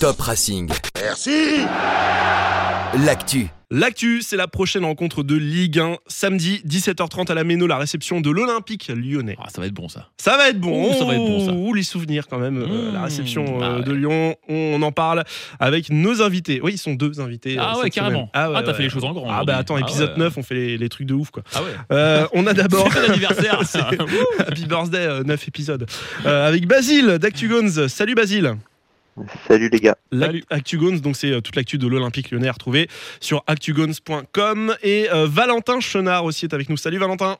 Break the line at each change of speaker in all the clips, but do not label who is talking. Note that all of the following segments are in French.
Top Racing.
Merci
L'actu.
L'actu, c'est la prochaine rencontre de Ligue 1. Samedi, 17h30 à la Méno, la réception de l'Olympique lyonnais.
Ah, ça va être bon ça.
Ça va être bon.
Ouh, ça va être bon, ça.
Ouh, les souvenirs quand même. euh,
Mmh,
la réception
bah
euh,
ouais.
de Lyon, on en parle avec nos invités. Oui, ils sont deux invités. euh,
Ah ouais,
cette
carrément.
semaine.
Ah,
ouais,
t'as
ouais.
fait les choses en grand.
Ah bah attends,
aujourd'hui.
épisode
Ah ouais.
9, on fait les, les trucs de ouf quoi.
Ah ouais.
Euh, on a d'abord.
C'est l'anniversaire.
C'est-
ça.
Happy birthday, 9 épisodes. Euh, avec Basile d'ActuGones. Salut Basile.
Salut les gars.
L'ac-
Salut.
ActuGones, donc c'est euh, toute l'actu de l'Olympique lyonnais à retrouver sur actugones.com. Et euh, Valentin Chenard aussi est avec nous. Salut Valentin.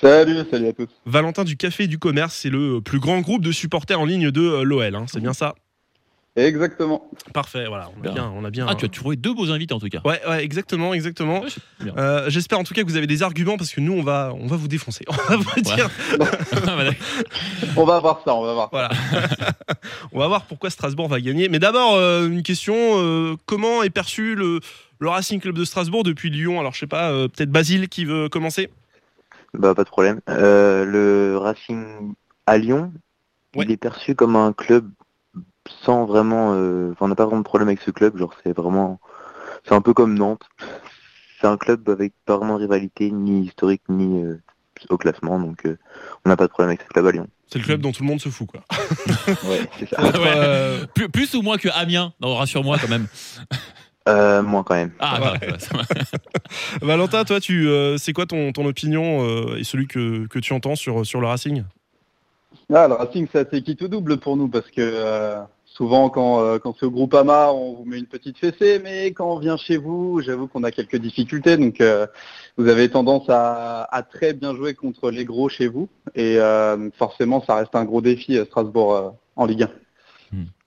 Salut, salut à tous.
Valentin du Café et du Commerce, c'est le euh, plus grand groupe de supporters en ligne de euh, l'OL. hein, c'est bien ça
Exactement.
Parfait, voilà. On a
Bien.
bien. On a bien euh,
Ah, tu as trouvé deux beaux invités en tout cas.
Ouais, ouais, exactement, exactement.
Ouais, c'est bien.
Euh, J'espère en tout cas que vous avez des arguments parce que nous, on va, on va vous défoncer. On va vous dire
Ah, bah, d'accord.
On va voir ça, on va voir.
Voilà. On va voir pourquoi Strasbourg va gagner. Mais d'abord, euh, une question euh, comment est perçu le, le Racing Club de Strasbourg depuis Lyon Alors, je sais pas, euh, peut-être Basile qui veut commencer
Bah pas de problème. Euh, le Racing à Lyon,
Ouais.
il est perçu comme un club sans vraiment. euh, enfin, on n'a pas vraiment de problème avec ce club. Genre c'est vraiment. C'est un peu comme Nantes. C'est un club avec pas vraiment de rivalité ni historique ni euh, au classement. Donc euh, on n'a pas de problème avec ce club à Lyon.
C'est le club dont tout le monde se fout, quoi.
Ouais, c'est ça.
Entre,
Ouais.
euh,
plus, plus ou moins que Amiens Non, rassure-moi quand même.
Euh, moins quand même.
Ah,
Ouais.
bah, ouais, ça va.
Valentin, toi, tu, euh, c'est quoi ton, ton opinion euh, et celui que, que tu entends sur, sur le Racing
Ah, le Racing, c'est assez quitte ou double pour nous parce que euh, souvent, quand, euh, quand c'est au groupe AMA, on vous met une petite fessée, mais quand on vient chez vous, j'avoue qu'on a quelques difficultés. Donc, euh, vous avez tendance à, à très bien jouer contre les gros chez vous. Et euh, donc forcément, ça reste un gros défi euh, Strasbourg euh, en Ligue 1.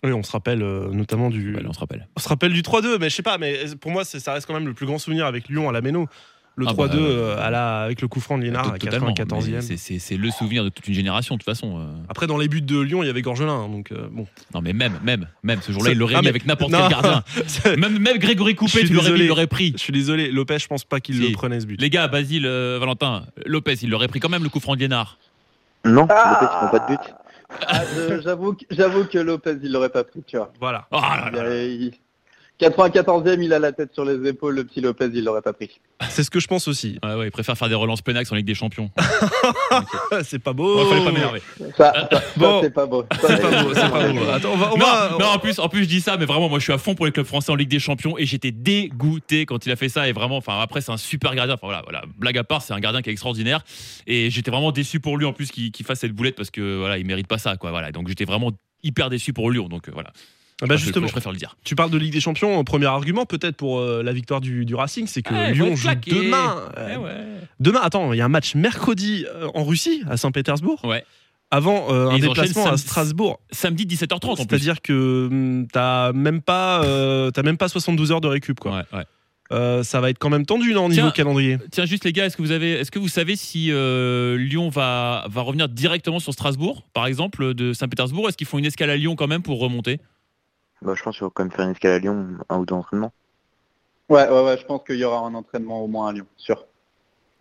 Oui, on se rappelle euh, notamment du,
Ouais, là, on se rappelle.
on se rappelle du 3-2, mais je sais pas, mais euh, pour moi, c'est- ça reste quand même le plus grand souvenir avec Lyon à la Méno. Le
Ah bah,
3-2
euh,
euh, à la, avec le coup franc de Lénard à
Totalement, mais
94e.
c'est- C'est c'est le souvenir de toute une génération de toute façon. euh.
Après, dans les buts de Lyon, il y avait Gorgelin. hein, Donc, euh, bon.
Non, mais même, même, même. Ce jour-là,
C'est-
il l'aurait
Ah,
mis
mais-
avec n'importe
Non.
quel gardien.
C'est-
Même, même Grégory
Je suis
Coupé, tu l'aurais
désolé.
mis, il l'aurait pris.
Je suis désolé, Lopez, je pense pas qu'il
Si.
le prenait ce but.
Les gars, Basile, euh, Valentin, Lopez, il l'aurait pris quand même le coup franc de Liénard.
Non,
Ah
Lopez, ils font pas de but.
Ah, je- J'avoue que- j'avoue que Lopez, il l'aurait pas pris, tu vois.
Voilà.
Ah, là, là.
Il- il- 94e, il a la tête sur les épaules, le petit Lopez, il l'aurait pas pris.
C'est ce que je pense aussi.
Ouais, ouais, il préfère faire des relances Penax en Ligue des Champions.
c'est pas beau.
Ouais, fallait pas m'énerver.
Ça, ça- ça,
Bon.
c'est pas beau. Ça,
C'est pas beau, c'est pas beau. Attends, on va. on
non,
va- Ah
non, en plus, en plus, je dis ça, mais vraiment, moi, je suis à fond pour les clubs français en Ligue des Champions et j'étais dégoûté quand il a fait ça. Et vraiment, enfin, après, c'est un super gardien. Enfin, voilà, voilà, blague à part, c'est un gardien qui est extraordinaire. Et j'étais vraiment déçu pour lui en plus qu'il qu'il fasse cette boulette parce que voilà, il mérite pas ça, quoi. Voilà, donc j'étais vraiment hyper déçu pour Lyon. Donc euh, voilà,
Ah bah
Je-
justement,
je, préfère le dire.
tu parles de Ligue des Champions. euh, Premier argument, peut-être pour euh, la victoire du, du Racing, c'est que
Eh, faut
Lyon
être
joue
claqué. Eh
demain. euh, Demain, attends, il y a un match mercredi euh, en Russie, à Saint-Pétersbourg.
Ouais.
Avant euh,
Et
un
ils enchaînent
déplacement à
samedi-
Strasbourg.
Samedi 17h30 en plus.
C'est-à-dire que hum, t'as même pas, euh, t'as même pas 72 heures de récup quoi.
Ouais, ouais.
Euh, ça va être quand même tendu non, au niveau
Tiens.
calendrier.
Tiens, juste les gars, est-ce que vous avez, est-ce que vous savez si euh, Lyon va va revenir directement sur Strasbourg, par exemple, de Saint-Pétersbourg Est-ce qu'ils font une escale à Lyon quand même pour remonter
Bah, je pense qu'ils vont quand même faire une escale à Lyon, un ou deux entraînements.
Ouais, ouais, ouais, je pense qu'il y aura un entraînement au moins à Lyon, sûr.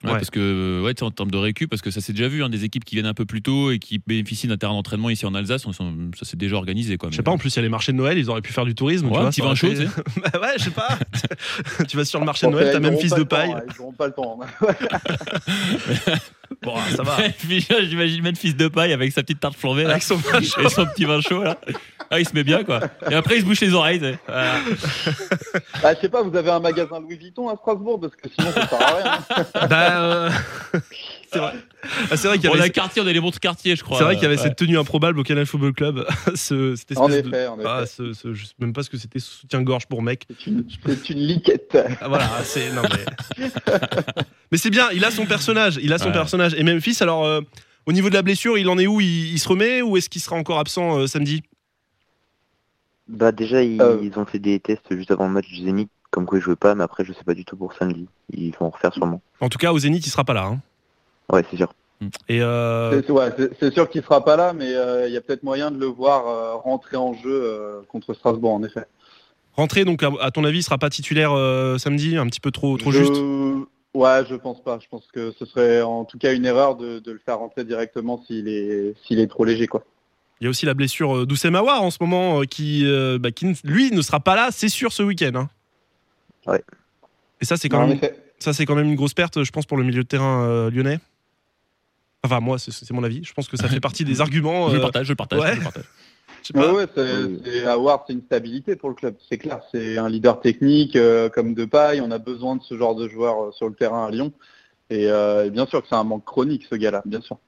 Ouais,
Ouais.
parce que euh, ouais, tu sais, en termes de récup, parce que ça s'est déjà vu, hein, des équipes qui viennent un peu plus tôt et qui bénéficient d'un terrain d'entraînement ici en Alsace, on s'en- ça s'est déjà organisé. Quoi,
Je sais
mais-
pas, en plus il y a les marchés de Noël, ils auraient pu faire du tourisme.
Ouais,
tu
un
vois,
petit
ça aurait
vin chaud,
été-
tu sais.
Bah ouais, je sais pas. tu vas sur le marché de
Bon,
Noël,
là,
t'as
ils
même
auront
fils
pas
de
le temps,
paille.
hein, Ils n'auront pas le temps. hein.
Bon, ça va.
Puis, J'imagine même fils de paille avec sa petite tarte flambée là,
Avec son vin chaud.
et son petit vin chaud. Là. Ah, il se met bien quoi. Et après, il se bouche les oreilles. tu sais. Voilà.
Ah, je sais pas, vous avez un magasin Louis Vuitton à Strasbourg parce que sinon ça sert à rien. hein.
Bah, euh, c'est vrai. Ah, c'est vrai qu'il y
On a
avait,
quartier, on a les montres quartier, je crois.
c'est vrai qu'il y avait
Ouais.
cette tenue improbable au Canal Football Club. ce, cette
En
espèce de-
effet, en effet.
Ah, ce, ce- je sais même pas ce que c'était, ce soutien-gorge pour mec.
C'est une, c'est une liquette.
Ah, Voilà, c'est. Non, mais. mais c'est bien, il a son personnage. Il a son
Ouais.
personnage. Et Memphis, alors, euh, au niveau de la blessure, il en est où il, il se remet ou est-ce qu'il sera encore absent euh, samedi
Bah déjà ils,
Euh.
ils ont fait des tests juste avant le match du Zénith, comme quoi ils jouaient pas, mais après je sais pas du tout pour samedi. Ils vont en refaire sûrement.
En tout cas, au Zénith, il sera pas là. hein.
Ouais c'est sûr.
Et euh,
C'est ouais, c'est- c'est sûr qu'il sera pas là, mais euh, il y a peut-être moyen de le voir euh, rentrer en jeu euh, contre Strasbourg, en effet.
rentrer, donc, à, à ton avis, il sera pas titulaire euh, samedi Un petit peu trop, trop
Je-
juste
Ouais, je pense pas. Je pense que ce serait en tout cas une erreur de, de le faire rentrer directement s'il est, s'il est trop léger, quoi.
Il y a aussi la blessure d'Oussemawa en ce moment, euh, qui, euh, bah, qui ne- lui ne sera pas là, c'est sûr, ce week-end. hein.
Ouais.
Et ça, c'est
Non,
quand,
en
même,
effet.
ça, c'est quand même une grosse perte, je pense, pour le milieu de terrain euh, lyonnais. Enfin, moi, c'est, c'est mon avis. Je pense que ça fait partie des arguments.
Je le
euh,
partage, je le partage.
ouais.
je le partage.
je sais
Ah Ouais,
pas. Euh,
ouais, c'est-
Oui.
c'est- Howard, c'est une stabilité pour le club, c'est clair. C'est un leader technique euh, comme de paille. On a besoin de ce genre de joueur euh, sur le terrain à Lyon. Et, euh, et bien sûr que c'est un manque chronique, ce gars-là, bien sûr.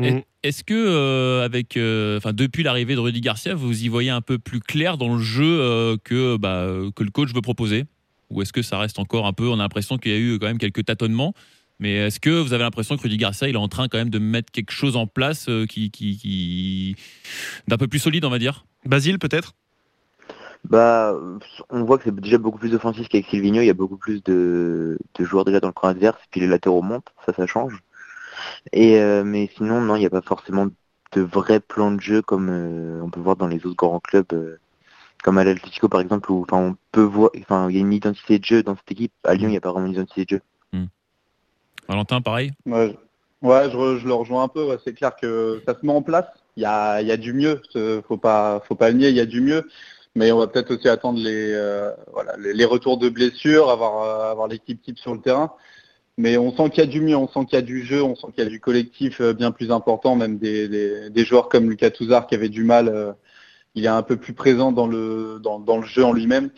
Mhm.
Est-ce que, euh, avec, euh, enfin, depuis l'arrivée de Rudy Garcia, vous y voyez un peu plus clair dans le jeu euh, que, bah, euh, que le coach veut proposer Ou est-ce que ça reste encore un peu On a l'impression qu'il y a eu quand même quelques tâtonnements. Mais est-ce que vous avez l'impression que Rudy Garcia, il est en train quand même de mettre quelque chose en place euh, qui, qui, qui- d'un peu plus solide, on va dire
Basile, peut-être
Bah, on voit que c'est déjà beaucoup plus offensif qu'avec Silvino. Il y a beaucoup plus de, de joueurs déjà dans le camp adverse, puis les latéraux montent, ça, ça change. Et euh, mais sinon, non, il n'y a pas forcément de vrai plan de jeu comme euh, on peut voir dans les autres grands clubs, euh, comme à l'Atlético par exemple, où enfin, on peut voir, enfin, il y a une identité de jeu dans cette équipe. À Lyon, il n'y a pas vraiment d'identité de jeu.
Valentin, pareil
Ouais, je, ouais, je, re- je le rejoins un peu. ouais. C'est clair que ça se met en place. Il y a, il y a du mieux. ce- Faut pas, faut pas le nier. Il y a du mieux. Mais on va peut-être aussi attendre les, euh, voilà, les, les retours de blessures, avoir, euh, avoir l'équipe type sur le terrain. Mais on sent qu'il y a du mieux, on sent qu'il y a du jeu, on sent qu'il y a du collectif euh, bien plus important, même des, des, des joueurs comme Lucas Touzard qui avait du mal. euh, il est un peu plus présent dans le, dans, dans le jeu en lui-même.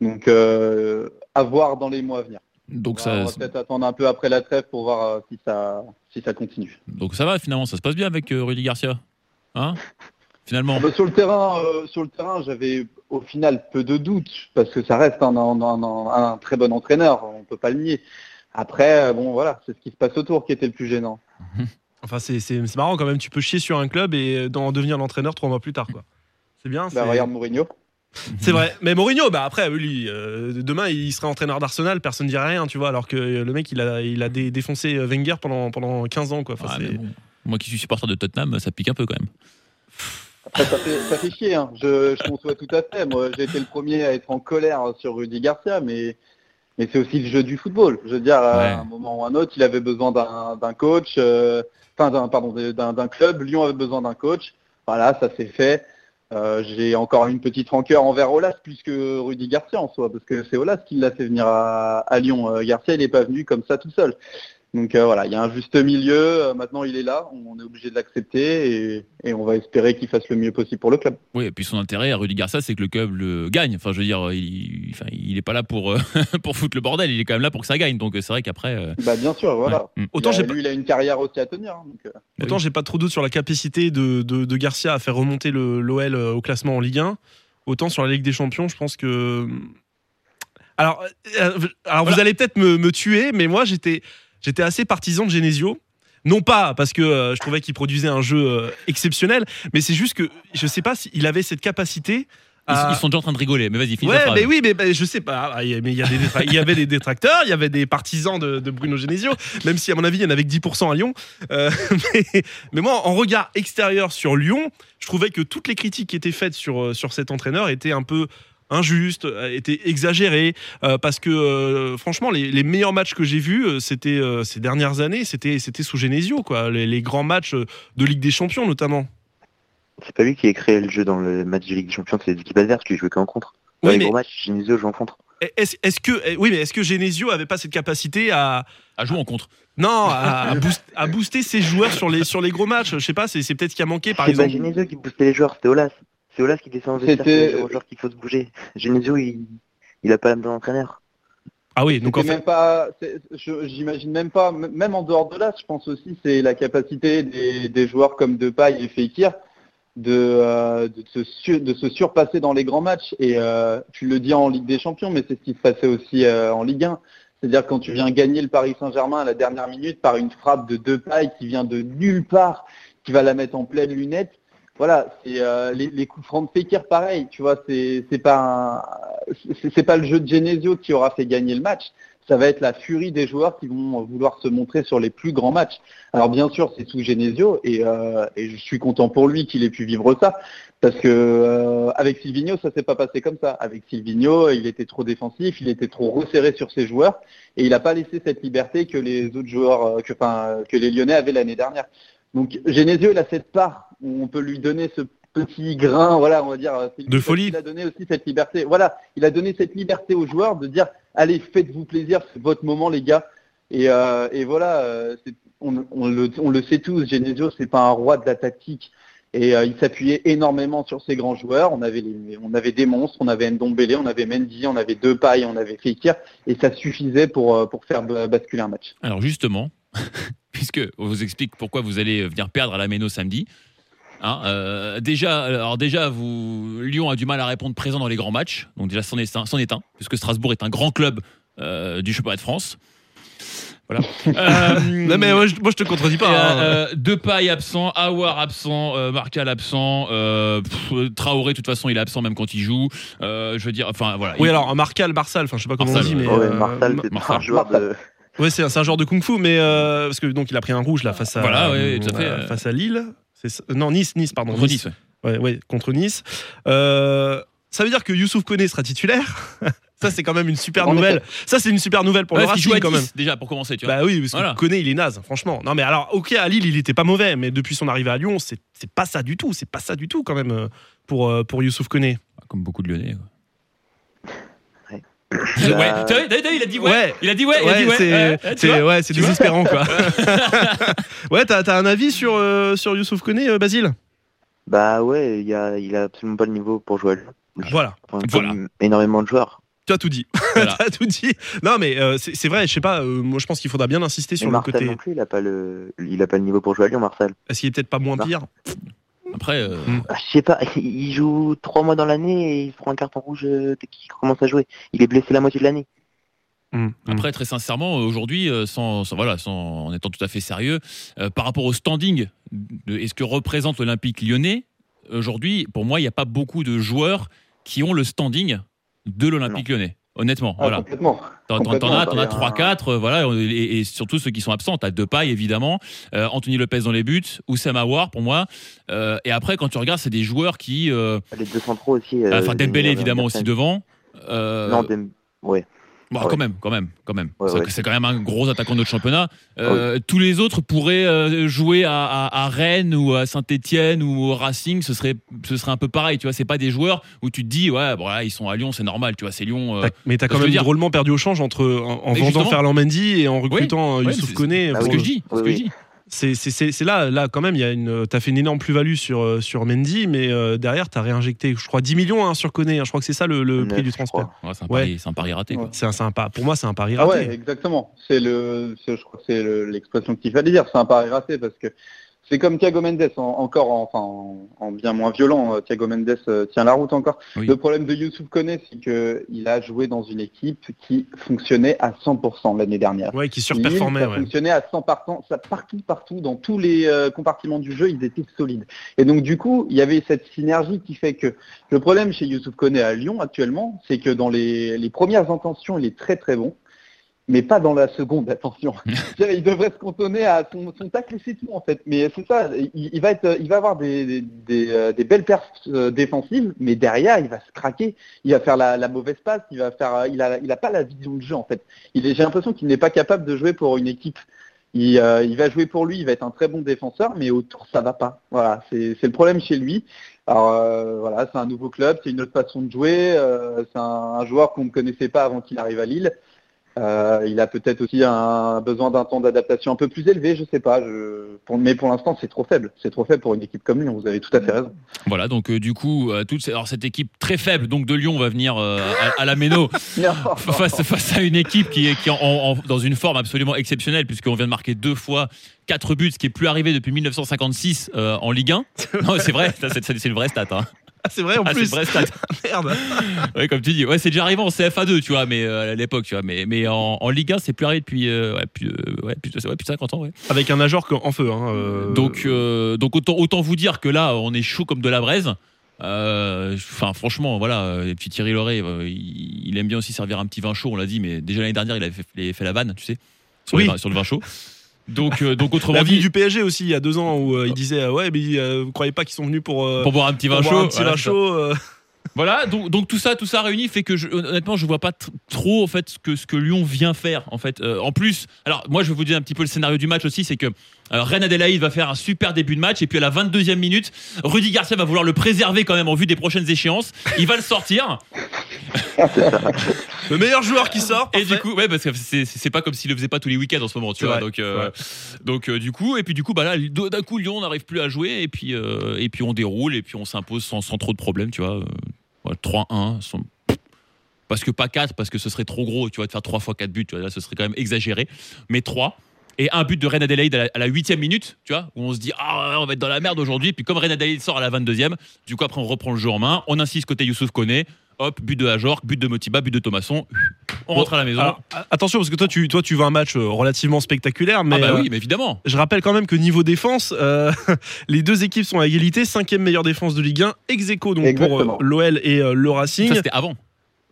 Donc, euh, à voir dans les mois à venir.
donc
Bah, On va-
ça,
on va peut-être attendre un peu après la trêve pour voir euh, si ça, si ça continue.
donc ça va finalement, ça se passe bien avec euh, Rudy Garcia Hein Finalement
Bah, sur le terrain, euh, sur le terrain, j'avais au final peu de doutes parce que ça reste un, un- un- un- un très bon entraîneur, on peut pas le nier. Après, euh, bon voilà, c'est ce qui se passe autour qui était le plus gênant.
Enfin, c'est, c'est- c'est marrant quand même. Tu peux chier sur un club et euh, d'en devenir l'entraîneur trois mois plus tard, quoi. C'est bien.
Bah,
Ah, c'est-
regarde Mourinho.
C'est vrai. Mais Mourinho, bah après, lui, euh, demain, il serait entraîneur d'Arsenal, personne ne dirait rien, tu vois, alors que euh, le mec, il a, il a dé- défoncé euh, Wenger pendant, pendant 15 ans, quoi. Enfin,
Ouais,
c'est-
Ah, mais bon. Moi qui suis supporter de Tottenham, ça pique un peu quand même.
Après, ça fait, ça fait chier, hein. je, je conçois tout à fait. Moi, j'ai été le premier à être en colère sur Rudy Garcia, mais, mais c'est aussi le jeu du football. Je veux dire,
Ouais.
à un moment ou un autre, il avait besoin d'un d'un coach, euh, enfin, d'un- pardon, d'un d'un club. Lyon avait besoin d'un coach. Voilà, ça s'est fait. Euh, j'ai encore une petite rancœur envers Olas plus que Rudy Garcia en soi, parce que c'est Olas qui l'a fait venir à, à Lyon. Euh, Garcia, il n'est pas venu comme ça tout seul. Donc euh, voilà, il y a un juste milieu. Euh, Maintenant, il est là. On est obligé de l'accepter et, et on va espérer qu'il fasse le mieux possible pour le club.
Oui, et puis son intérêt à Rudy Garcia, c'est que le club le gagne. Enfin, je veux dire, il, enfin, il est pas là pour, euh, pour foutre le bordel, il est quand même là pour que ça gagne. Donc, euh, c'est vrai qu'après. euh,
Bah bien sûr, voilà.
ouais. Mm.
Autant
Il a-
j'ai pas-
lui, il a une carrière aussi à tenir. hein, donc, euh,
autant j'ai pas trop doute sur la capacité de, de- de Garcia à faire remonter le- l'OL euh, au classement en Ligue 1, autant sur la Ligue des Champions, je pense que. euh, Alors, euh, alors vous allez peut-être me, me tuer, mais moi, j'étais j'étais assez partisan de Genesio. Non pas parce que euh, je trouvais qu'il produisait un jeu euh, exceptionnel, mais c'est juste que je sais pas s'il avait cette capacité.
Ils,
à...
ils sont déjà en train de rigoler, mais vas-y, finis
Ah.
ta
Ouais,
phrase.
mais oui, mais bah, je sais pas. Ah, il y a- Mais il y, a des détra- il y avait des détracteurs, il y avait des partisans de, de Bruno Genesio, même si à mon avis il y en avait que 10% à Lyon. Euh, mais, mais moi, en regard extérieur sur Lyon, je trouvais que toutes les critiques qui étaient faites sur, euh, sur cet entraîneur étaient un peu injustes, euh, étaient exagérées, euh, parce que euh, franchement, les, les meilleurs matchs que j'ai vus, euh, c'était euh, ces dernières années, c'était c'était sous Genesio, quoi. Les, les grands matchs euh, de Ligue des Champions notamment.
C'est pas lui qui a créé le jeu dans le match de Ligue des Champions, c'est l'équipe adverse qui jouait qu'en contre. Dans
Oui,
les
mais
gros matchs, Genesio joue en contre.
est-ce est-ce que, eh, oui, mais est-ce que Genesio avait pas cette capacité à
À jouer en contre.
Non, à, à boost- à booster ses joueurs sur les, sur les gros matchs. Je sais pas, c'est c'est peut-être ce qui a manqué, par
C'est pas
exemple.
Genesio qui boostait les joueurs, c'était Olas. C'est Olas qui descend aux vestiaires,
C'était-
c'est aux joueurs qu'il faut se bouger. Genesio, il, il a pas l'âme d'un entraîneur.
Ah oui, donc en
c'était
fait.
même pas, c'est- je- j'imagine même pas, m- même en dehors de là, je pense aussi c'est la capacité des, des joueurs comme Depay et Fekir de, euh, de, se su- de se surpasser dans les grands matchs. Et euh, tu le dis en Ligue des Champions, mais c'est ce qui se passait aussi euh, en Ligue 1. C'est-à-dire quand tu viens gagner le Paris Saint-Germain à la dernière minute par une frappe de Depay qui vient de nulle part, qui va la mettre en pleine lunette. Voilà, c'est euh, les, les coups francs de Fekir, pareil. Tu vois, c'est c'est pas un, c'est- c'est pas le jeu de Genesio qui aura fait gagner le match. Ça va être la furie des joueurs qui vont vouloir se montrer sur les plus grands matchs. Alors bien sûr, c'est sous Genesio et, euh, et je suis content pour lui qu'il ait pu vivre ça parce que euh, avec Silvino, ça s'est pas passé comme ça. Avec Silvino, il était trop défensif, il était trop resserré sur ses joueurs et il n'a pas laissé cette liberté que les autres joueurs, euh, que, enfin, que les Lyonnais avaient l'année dernière. Donc Genesio, il a cette part où on peut lui donner ce petit grain, voilà, on va dire. euh, c'est lui
De
qui-
folie.
Il a donné aussi cette liberté. Voilà, il a donné cette liberté aux joueurs de dire, allez, faites-vous plaisir, c'est votre moment, les gars. Et, euh, et voilà, euh, c'est- on, on le, on le sait tous, Genesio, c'est pas un roi de la tactique. Et euh, il s'appuyait énormément sur ses grands joueurs. On avait, les- on avait des monstres, on avait Ndombele, on avait Mendy, on avait Depay, on avait Fekir, et ça suffisait pour, euh, pour faire ba- basculer un match.
Alors justement, puisque on vous explique pourquoi vous allez venir perdre à la Méno samedi. hein, euh, déjà, alors déjà, vous, Lyon a du mal à répondre présent dans les grands matchs. Donc déjà, c'en est, un- c'en est un, puisque Strasbourg est un grand club euh, du championnat de France. Voilà. Euh,
Non, mais moi je, moi, je te contredis
et,
pas. hein.
euh, Depay absent, Awar absent, euh, Marcal absent, euh, pff, Traoré de toute façon il est absent même quand il joue. Euh, je veux dire, enfin voilà.
oui,
Il-
alors Marcal, Marsal, enfin je sais pas comment
Marsal,
on dit,
ouais.
mais.
Ouais,
euh,
Marsal, c'est
Marsal.
un joueur de.
Ouais, c'est un, c'est un genre de kung-fu, mais euh, parce que donc il a pris un rouge là face à
Voilà, ouais, tout à fait,
euh,
euh.
face à Lille. C'est ça- non Nice, Nice pardon.
Contre Nice, ouais.
Ouais, ouais, contre Nice. Euh, ça veut dire que Youssouf Koné sera titulaire. ça c'est quand même une super
En
nouvelle. Ça c'est une super nouvelle pour
Ouais,
le
parce qu'il joue
Racing
à
quand
10,
même.
déjà pour commencer, tu vois.
Bah oui, parce que
Voilà.
Koné, il est naze, franchement. Non, mais alors, ok, à Lille, il était pas mauvais, mais depuis son arrivée à Lyon, c'est c'est pas ça du tout. C'est pas ça du tout, quand même, euh, pour, euh, pour Youssouf Koné.
Comme beaucoup de Lyonnais. quoi.
Ouais.
Ouais,
Euh,
t'as vu, t'as vu, t'as vu, il a dit ouais. Il a dit ouais, il a dit ouais.
c'est
ouais, ouais, tu
c'est-
vois.
ouais, c'est
Tu vois
désespérant, quoi. ouais, t'as t'as un avis sur, euh, sur Youssouf Koné, euh, Basile
Bah ouais, il y a, il a absolument pas le niveau pour jouer à Lyon.
Voilà,
Enfin,
Voilà.
comme énormément de joueurs.
tu as tout dit.
Voilà.
T'as tout dit. Non, mais euh, c'est c'est vrai, je sais pas, euh, moi je pense qu'il faudra bien insister sur
Mais
le
Marcel
côté.
non plus, il a pas le, il a pas le niveau pour jouer à Lyon, Marcel.
Est-ce qu'il est peut-être pas moins
Non.
pire
Après, euh,
Mm.
Ah, Je sais pas, il joue trois mois dans l'année et il prend un carton rouge euh, dès qu'il commence à jouer. Il est blessé la moitié de l'année.
Hmm,
Mmh.
hmm.
après très sincèrement, aujourd'hui, euh, sans, sans- voilà, sans, en étant tout à fait sérieux, euh, par rapport au standing, de, est ce que représente l'Olympique Lyonnais aujourd'hui, pour moi, il n'y a pas beaucoup de joueurs qui ont le standing de l'Olympique Lyonnais. Honnêtement,
Ah,
voilà.
Complètement.
T'en t'en- t'en as, t'en as
Complètement,
3-4, euh, voilà, et, et- et surtout ceux qui sont absents. T'as Depay, évidemment, euh, Anthony Lopez dans les buts, Oussama Aouar pour moi. Euh, et après, quand tu regardes, c'est des joueurs qui. euh,
Les deux centraux aussi. euh,
Ah, Enfin, Dembélé,
euh,
évidemment, aussi
Anderson.
devant. Euh,
Non, Dem- ouais.
bon,
Ah ouais.
Bah, quand même, quand même, quand même.
Ouais,
c'est,
ouais. Ah
c'est quand même un gros attaquant de notre championnat. Euh, Tous les autres pourraient euh, jouer à, à- à Rennes ou à Saint-Etienne ou au Racing, ce serait, ce serait un peu pareil, tu vois. C'est pas des joueurs où tu te dis, ouais, bon, là, ils sont à Lyon, c'est normal, tu vois, c'est Lyon. euh,
T'as- mais t'as quand
parce que
même
je veux dire-
drôlement perdu au change entre en, en
Mais
vendant
justement.
Ferland Mendy et en recrutant euh,
ouais,
Youssouf
c'est-
Koné.
Ah
c'est ce
pour-
que
oui.
je dis, c'est ce
Oui,
que je
oui.
dis.
C'est c'est- c'est- c'est là, là quand même, il y a une, t'as fait une énorme plus-value sur euh, sur Mendy, mais euh, derrière t'as réinjecté, je crois, 10 millions hein, sur Koné. hein. je crois que c'est ça le, le
Neuf,
prix du
je
transfert.
crois.
Ouais, c'est, un
Ouais.
pari, c'est un pari raté. quoi.
Ouais.
C'est un, c'est un pas. Pour moi, c'est un pari
Ah
raté.
ouais, exactement. C'est le, c'est- je crois que c'est le- l'expression qu'il fallait dire. C'est un pari raté parce que c'est comme Thiago Mendes, en- encore, en- enfin, en, en bien moins violent. euh, Thiago Mendes euh, tient la route encore.
Oui.
Le problème de Youssouf Koné, c'est que il a joué dans une équipe qui fonctionnait à 100% l'année dernière.
Ouais, qui surperformait.
Lille, ça
ouais.
fonctionnait à 100 partants, ça partout, partout, dans tous les euh, compartiments du jeu, ils étaient solides. Et donc du coup, il y avait cette synergie qui fait que le problème chez Youssouf Koné à Lyon actuellement, c'est que dans les, les premières intentions, il est très très bon, mais pas dans la seconde, attention. C'est-à-dire, il devrait se cantonner à son, son tacle et c'est tout en fait. Mais c'est ça, il, il va être, il va avoir des, des, des, euh, des belles pertes euh, défensives, mais derrière, il va se craquer, il va faire la, la mauvaise passe, il va faire, euh, il a, il a pas la vision de jeu en fait. Il est- j'ai l'impression qu'il n'est pas capable de jouer pour une équipe. Il, euh, il va jouer pour lui, il va être un très bon défenseur, mais autour ça va pas. Voilà, c'est c'est le problème chez lui. Alors euh, voilà, c'est un nouveau club, c'est une autre façon de jouer, euh, c'est un, un joueur qu'on ne connaissait pas avant qu'il arrive à Lille. Euh, il a peut-être aussi un besoin d'un temps d'adaptation un peu plus élevé, je sais pas. Je, pour- mais pour l'instant, c'est trop faible. C'est trop faible pour une équipe comme Lyon. Vous avez tout à fait raison.
Voilà, donc euh, du coup, euh, toute, ces- alors, cette équipe très faible donc de Lyon va venir euh, à, à la Méno face, face à une équipe qui est, qui est en- en- dans une forme absolument exceptionnelle, puisqu'on vient de marquer deux fois quatre buts, ce qui est plus arrivé depuis 1956 euh, en Ligue 1. Non, c'est vrai, ça, c'est, c'est le vrai stat. hein.
Ah, c'est vrai en
Ah, c'est le
plus.
vrai stat.
Merde.
Ouais, comme tu dis, ouais, c'est déjà arrivé en CFA2, tu vois, mais euh, à l'époque, tu vois, mais, mais en, en Ligue 1, c'est plus arrivé depuis, euh, ouais, plus, euh, ouais, plus, de- ouais, plus de 50 ans, ouais.
Avec un Ajorque en feu. hein, euh,
Donc, euh, donc autant, autant vous dire que là, on est chaud comme de la braise. Euh, Enfin, franchement, voilà, euh, et puis Thierry Loret, euh, il, il aime bien aussi servir un petit vin chaud, on l'a dit, mais déjà l'année dernière, il avait fait, il avait fait la vanne, tu sais, sur,
Oui.
le, vin- sur le vin chaud. Donc, euh, donc autrement
La vie
dit,
du PSG aussi, il y a deux ans, où euh, il disait euh, Ouais, mais euh, vous croyez pas qu'ils sont venus pour, euh,
pour boire un petit vin
pour
chaud,
boire un petit
voilà,
vin
c'est ça.
chaud euh,
Voilà, donc, donc tout ça, tout ça réuni fait que je, honnêtement, je vois pas tr- trop en fait ce que ce que Lyon vient faire en fait. Euh, en plus, alors moi je vais vous dire un petit peu le scénario du match aussi, c'est que euh, Reine Adélaïde va faire un super début de match et puis à la 22e minute, Rudy Garcia va vouloir le préserver quand même en vue des prochaines échéances. Il va le sortir
Le meilleur joueur qui sort.
et du
parfait.
coup, ouais, parce que c'est c'est pas comme s'il le faisait pas tous les week-ends en ce moment, tu
C'est
vois.
vrai,
Donc euh, donc euh, du coup et puis du coup bah là d'un coup Lyon n'arrive plus à jouer et puis euh, et puis on déroule et puis on s'impose sans, sans trop de problèmes, tu vois. Euh, voilà, 3-1 sans- parce que pas 4 parce que ce serait trop gros, tu vois, de faire 3 fois 4 buts, tu vois, là ce serait quand même exagéré, mais 3 et un but de Reine Adelaide à la- à la huitième minute, tu vois, où on se dit ah on va être dans la merde aujourd'hui. Puis comme Reine Adelaide sort à la 22e, du coup après on reprend le jeu en main, on insiste côté Youssouf Koné, hop but de Ajorc, but de Motiba, but de Thomasson, on rentre à la maison.
Alors, a- attention, parce que toi tu, toi, tu veux un match euh, relativement spectaculaire, mais
ah bah
euh,
oui, mais évidemment.
je rappelle quand même que niveau défense, euh, les deux équipes sont à égalité, cinquième meilleure défense de Ligue 1, ex aequo, donc
Exactement.
pour euh, l'OL et euh, le
Ça
Racing.
c'était avant.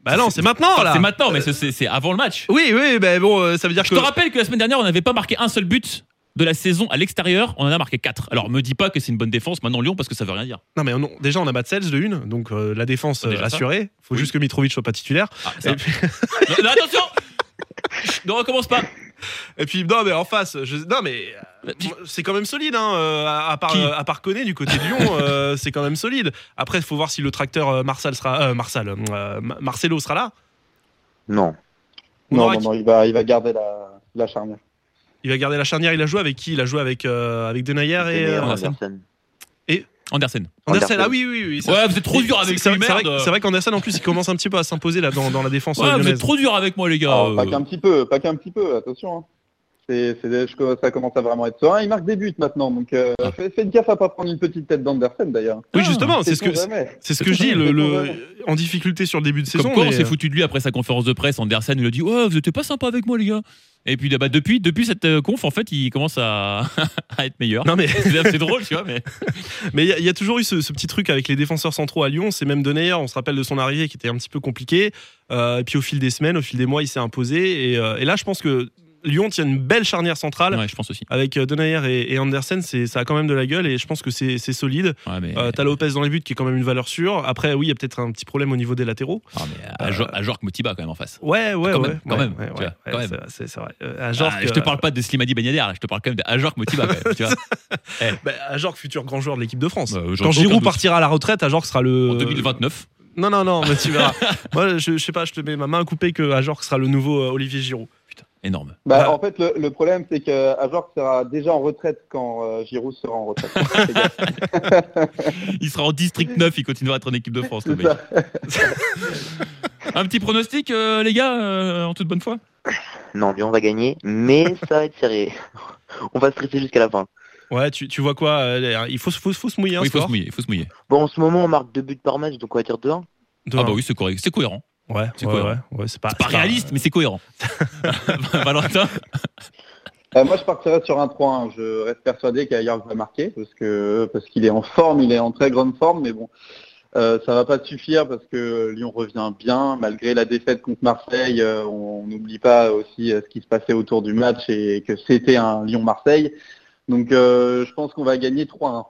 bah non, c'est maintenant
Enfin,
là.
c'est maintenant, mais c'est- c'est c'est avant le match.
Oui, oui, bah bon, euh, ça veut dire
Je
que.
te rappelle que la semaine dernière, on n'avait pas marqué un seul but de la saison à l'extérieur. On en a marqué 4 Alors me dis pas que c'est une bonne défense maintenant Lyon parce que ça veut rien dire.
Non, mais non, déjà on a Matsels de une, donc euh, la défense
Oh, déjà
euh,
ça.
assurée. Faut
Oui.
juste que Mitrovic soit pas titulaire.
Ah, ça-
Et puis-
non, non, attention. Chut, Ne recommence pas.
Et puis non, mais en face, je- non mais euh, c'est quand même solide. Hein, euh, à à part
Qui
euh, à part Koné du côté de Lyon, euh, c'est quand même solide. Après, il faut voir si le tracteur euh, Marsal sera euh, Marsal, euh, Ma- Marcelo sera là.
Non.
On
Non,
aura
non,
qui-
non, il va, il va garder la, la charnière.
Il va garder la charnière. Il a joué avec qui Il a joué avec euh, avec Denayer et euh,
Denayer,
Andersen.
Andersen.
Andersen.
Andersen.
Andersen.
Ah oui, oui, oui. ça-
Ouais, vous êtes trop dur avec
c'est
lui,
vrai, c'est vrai,
merde.
c'est vrai qu'Andersen en plus il commence un petit peu à s'imposer là dans, dans la défense euh,
Ouais, vous êtes
lyonnaise.
trop dur avec moi les gars.
Ah,
Alors, Ah, Oh, Pas
Euh,
qu'un petit peu, pas qu'un petit peu, attention. hein. C'est, c'est- je commence- ça commence à vraiment être serein. Il marque des buts maintenant, donc euh,
Ah.
fais- faites gaffe à pas prendre une petite tête d'Andersen d'ailleurs.
Oui justement, c'est ce que
Sait-on jamais.
c'est ce que je dis. Le, le- en difficulté sur le début de
Comme
saison.
quoi, on
mais- euh,
s'est foutu de lui après sa conférence de presse. Andersen il a dit Ouais, vous étiez pas sympa avec moi, les gars. Et puis, bah, depuis, depuis cette euh, conf, en fait, il commence à, à être meilleur.
euh, Non mais
C'est c'est drôle, tu vois, mais.
Mais il y a- il y, a toujours eu ce, ce petit truc avec les défenseurs centraux à Lyon. C'est même Denayer, on se rappelle de son arrivée qui était un petit peu compliqué. Euh, et puis au fil des semaines, au fil des mois, il s'est imposé. Et, euh, et là, je pense que Lyon tient une belle charnière centrale.
Ouais, je pense aussi.
Avec euh, Denayer et, et Andersen, c'est- ça a quand même de la gueule et je pense que c'est c'est solide.
Ouais, mais,
Euh, T'as Lopez dans les buts qui est quand même une valeur sûre. Après, oui, il y a peut-être un petit problème au niveau des latéraux.
Ah, mais à, Jo- à Jorg Motiba, quand même, en face.
Ouais, ouais,
Quand
ouais.
même, quand
ouais,
même,
ouais,
tu
ouais,
vois, quand
ouais,
même.
c'est- C'est vrai. Euh, à Jorg,
Ah, je te
euh,
parle pas de Slimani Ben Yedder, là, je te parle quand même d'Ajorc Motiba. quand même, tu vois.
bah, à Jorg, futur grand joueur de l'équipe de France.
Bah, euh, j'en ai
Quand
aucun
Giroud
doute.
partira à la retraite, à Jorg sera le.
En 2029.
Non, non, non, mais tu verras. Moi, je, je sais pas, je te mets ma main à couper que Ajorc sera le nouveau euh, Olivier Giroud.
Énorme.
Bah,
Ah.
En fait, le, le problème c'est que Ajorc sera déjà en retraite quand euh, Giroud sera en retraite. Fais gaffe.
Il sera en district 9, il continuera à être en équipe de France, le
C'est
mec. Un petit pronostic, euh, les gars, euh, en toute bonne foi
Non, Lyon va gagner, mais ça va être serré. On va stresser jusqu'à la fin.
Ouais, tu, tu vois quoi euh, les- Il faut, se- faut, faut se mouiller un
Oui, il faut
soir.
se mouiller. Il faut se mouiller.
Bon, en ce moment, on marque deux buts par match, donc on va dire 2-1.
De
Ah,
un.
bah oui, c'est correct. C'est cohérent.
Ouais,
C'est
ouais,
cohérent.
ouais, ouais, c'est pas,
C'est pas
c'est pas-
réaliste, mais c'est cohérent. Valentin
Euh, moi, je partirais sur un 3-1. Je reste persuadé qu'Ayark va marquer parce que parce qu'il est en forme, il est en très grande forme, mais bon, euh, ça va pas suffire parce que Lyon revient bien malgré la défaite contre Marseille. euh, on on n'oublie pas aussi euh, ce qui se passait autour du match et que c'était un Lyon-Marseille. Donc, euh, je pense qu'on va gagner 3-1.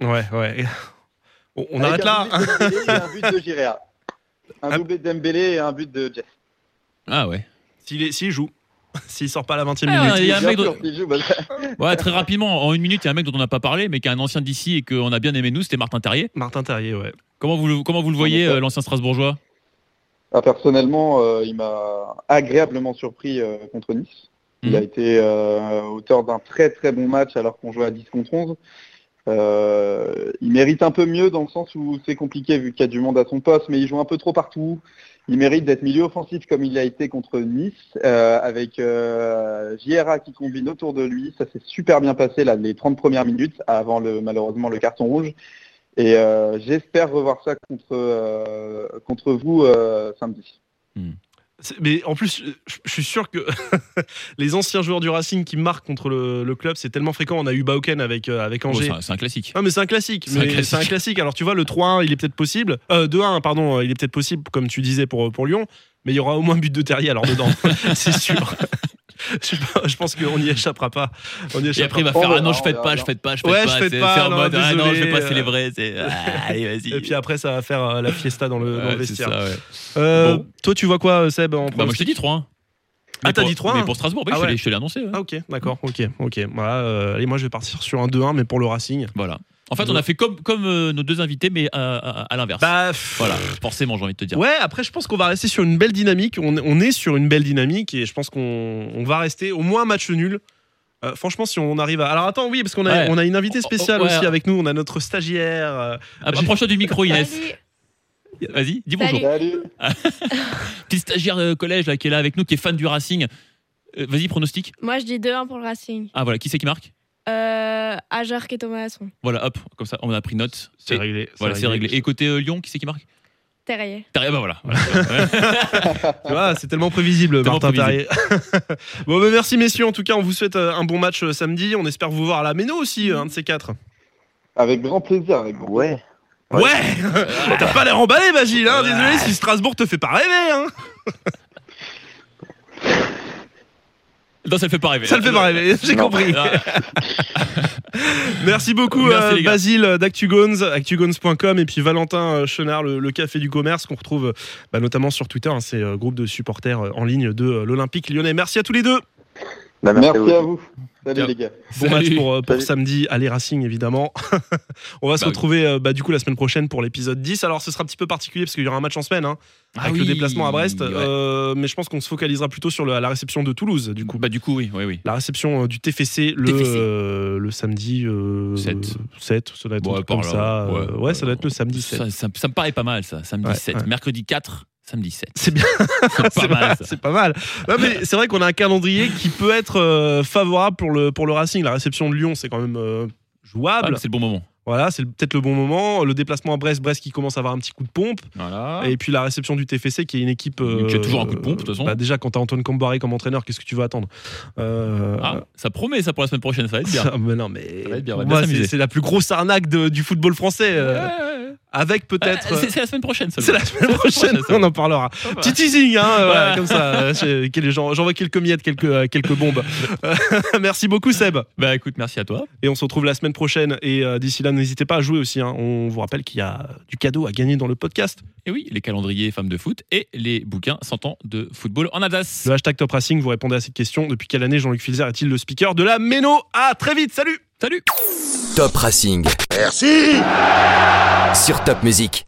Ouais, ouais. On, on arrête
Avec
là.
un but de Dembélé et Un but de Girea. Un doublé de Dembélé et un but de Jeff.
Ah ouais.
hein. S'il est- s'il joue, s'il sort pas à la 20 e
Ah,
minute.
il y a un
Bien
mec
sûr,
dont-
s'il joue, bah,
Ouais, très rapidement, en une minute, il y a un mec dont on n'a pas parlé, mais qui est un ancien d'ici et qu'on a bien aimé nous, c'était Martin Terrier.
Martin Terrier, ouais.
Comment vous, le- comment vous le voyez, euh, l'ancien Strasbourgeois
Ah, personnellement, euh, il m'a agréablement surpris euh, contre Nice. Il
Mhm.
a été euh, auteur d'un très très bon match alors qu'on jouait à 10 contre 11. Euh, il mérite un peu mieux dans le sens où c'est compliqué vu qu'il y a du monde à son poste, mais il joue un peu trop partout. Il mérite d'être milieu offensif comme il a été contre Nice, euh, avec euh, JRA qui combine autour de lui. Ça s'est super bien passé là, les 30 premières minutes avant le, malheureusement le carton rouge. Et euh, j'espère revoir ça contre, euh, contre vous euh, samedi.
C'est- Mais en plus, euh, je- je, je suis sûr que les anciens joueurs du Racing qui marquent contre le, le club, c'est tellement fréquent. On a eu Bauken avec, euh, avec
Ouais,
Angers.
c'est un- C'est un classique.
Ah mais c'est un classique,
C'est un
mais
classique.
c'est un classique. Alors tu vois le 3-1, il est peut-être possible. Euh, 2-1, pardon, il est euh, peut-être possible comme tu disais pour pour Lyon, mais il y aura au moins but de Terrier alors dedans, c'est sûr. je, je pense qu'on n'y échappera pas. On y
Et
échappera
après, il va
Oh,
faire Ah non,
non,
je fête
non,
pas,
non.
je fête pas, je fête
Ouais,
pas.
je fête
C'est-
pas,
c'est en
non,
mode Ah non, je vais
désolé,
pas
euh.
célébrer. c'est- Ah, Allez, vas-y.
Et puis après, ça va faire euh, la fiesta dans le, dans le
Ouais, c'est
vestiaire.
ça, ouais.
Euh,
Bon.
Toi, tu vois quoi, Seb en
Bah, moi, je
pronostic
t'ai dit 3-1.
Ah,
Mais
t'as
pour-
dit 3-1.
Mais pour Strasbourg, bah oui,
Ah
je te
ouais.
l'ai- je te l'ai annoncé. ouais.
Ah, ok, d'accord, ok, ok. Voilà, euh, allez, moi, je vais partir sur un 2-1, mais pour le Racing.
Voilà. En fait, on a fait comme, comme euh, nos deux invités, mais euh, à, à l'inverse.
Bah, pff,
voilà, forcément, j'ai envie de te dire.
Ouais, après, je pense qu'on va rester sur une belle dynamique. On, on est sur une belle dynamique et je pense qu'on on va rester au moins un match nul. Euh, franchement, si on arrive à. Alors attends, oui, parce qu'on a,
Ouais.
on a une invitée spéciale
Oh, oh, ouais.
aussi avec nous. On a notre stagiaire. euh,
Ah, Approche-toi du micro, Inès.
Salut.
Vas-y, dis bonjour.
Salut.
Salut.
Petite stagiaire de collège là, qui est là avec nous, qui est fan du Racing. Euh, Vas-y, pronostic.
Moi, je dis 2-1 pour le Racing.
Ah, voilà, qui c'est qui marque
Euh, Ajark et Thomasson.
Voilà, hop, comme ça, on a pris note.
C'est
Et-
réglé.
Voilà, c'est réglé. Et côté euh, Lyon, qui c'est qui marque
Terrier.
Terrier, bah voilà. voilà.
Tu vois, ah, c'est tellement prévisible,
Tellement
Martin
prévisible.
Terrier. bon, bah, merci, messieurs. En tout cas, on vous souhaite euh, un bon match euh, samedi. On espère vous voir à la Méno aussi, euh, un de ces quatre.
Avec grand plaisir. Avec grand plaisir.
Ouais.
Ouais, T'as pas l'air emballé, Bagil. Hein Désolé si Strasbourg te fait pas rêver. Hein
non, ça le fait pas rêver.
Ça le fait pas rêver, j'ai
Non.
compris.
Ah,
Merci beaucoup
Merci,
euh,
les gars.
Basile euh, d'ActuGones, actugones.com et puis Valentin euh, Chenard, le, le café du commerce qu'on retrouve euh, bah, notamment sur Twitter, hein, c'est euh, groupe de supporters euh, en ligne de euh, l'Olympique lyonnais. Merci à tous les deux.
Bah,
Merci à
vous.
vous. Salut
Ciao.
les gars.
Bon match
salut.
pour, euh, pour
Salut.
samedi, allez Racing évidemment. On va se
Bah oui.
retrouver euh, bah, du coup la semaine prochaine pour l'épisode 10. Alors ce sera un petit peu particulier parce qu'il y aura un match en semaine hein,
Ah
avec le
oui,
déplacement à Brest,
ouais.
Euh, mais je pense qu'on se focalisera plutôt sur le- à la réception de Toulouse du coup.
Bah, du coup, oui, oui, oui.
La réception euh, du TFC le,
TFC.
euh, le samedi euh,
Sept.
7, ça doit être
Bon,
un truc
par
comme
là,
ça.
ouais.
Euh, Ouais, ça doit être le samedi 7.
Ça, ça- ça me paraît pas mal, ça. Samedi
Ouais,
7.
ouais.
Mercredi 4, samedi 7.
C'est bien,
C'est pas
c'est
mal,
pas,
ça.
c'est pas mal. Non, mais c'est vrai qu'on a un calendrier qui peut être euh, favorable pour le, pour le Racing. La réception de Lyon, c'est quand même euh,
Ah,
jouable.
mais C'est le bon moment.
voilà, c'est le- peut-être le bon moment. Le déplacement à Brest, Brest qui commence à avoir un petit coup de pompe.
Voilà.
Et puis la réception du TFC qui est une équipe.
Ah. Qui a toujours un coup de pompe, de toute façon.
bah, déjà, quand t'as Antoine Combaré comme entraîneur, qu'est-ce que tu veux attendre Euh,
Ah, ça promet ça pour la semaine prochaine, ça va être bien.
Ça, mais non, mais
Ça va être bien, on va
pour
bien
moi,
s'amuser.
c'est c'est la plus grosse arnaque de- du football français. euh, Avec peut-être.
Ah, c'est
euh,
c'est la semaine prochaine, seulement.
c'est la semaine prochaine,
prochaine,
on en parlera.
Oh, bah.
Petit teasing, hein, euh,
Voilà.
comme ça. euh, j'ai- quel- j'en- J'envoie quelques miettes, quelques, euh, quelques bombes. Euh, Merci beaucoup, Seb.
Bah écoute, merci à toi.
Et on se retrouve la semaine prochaine. Et euh, d'ici là, n'hésitez pas à jouer aussi. hein. On vous rappelle qu'il y a du cadeau à gagner dans le podcast.
Et oui, les calendriers femmes de foot et les bouquins 100 ans de football en Alsace.
Le hashtag Top Racing, vous répondez à cette question. Depuis quelle année Jean-Luc Filzer est-il le speaker de la Méno À très vite, salut
Salut
Top Racing. Merci Sur Top Music.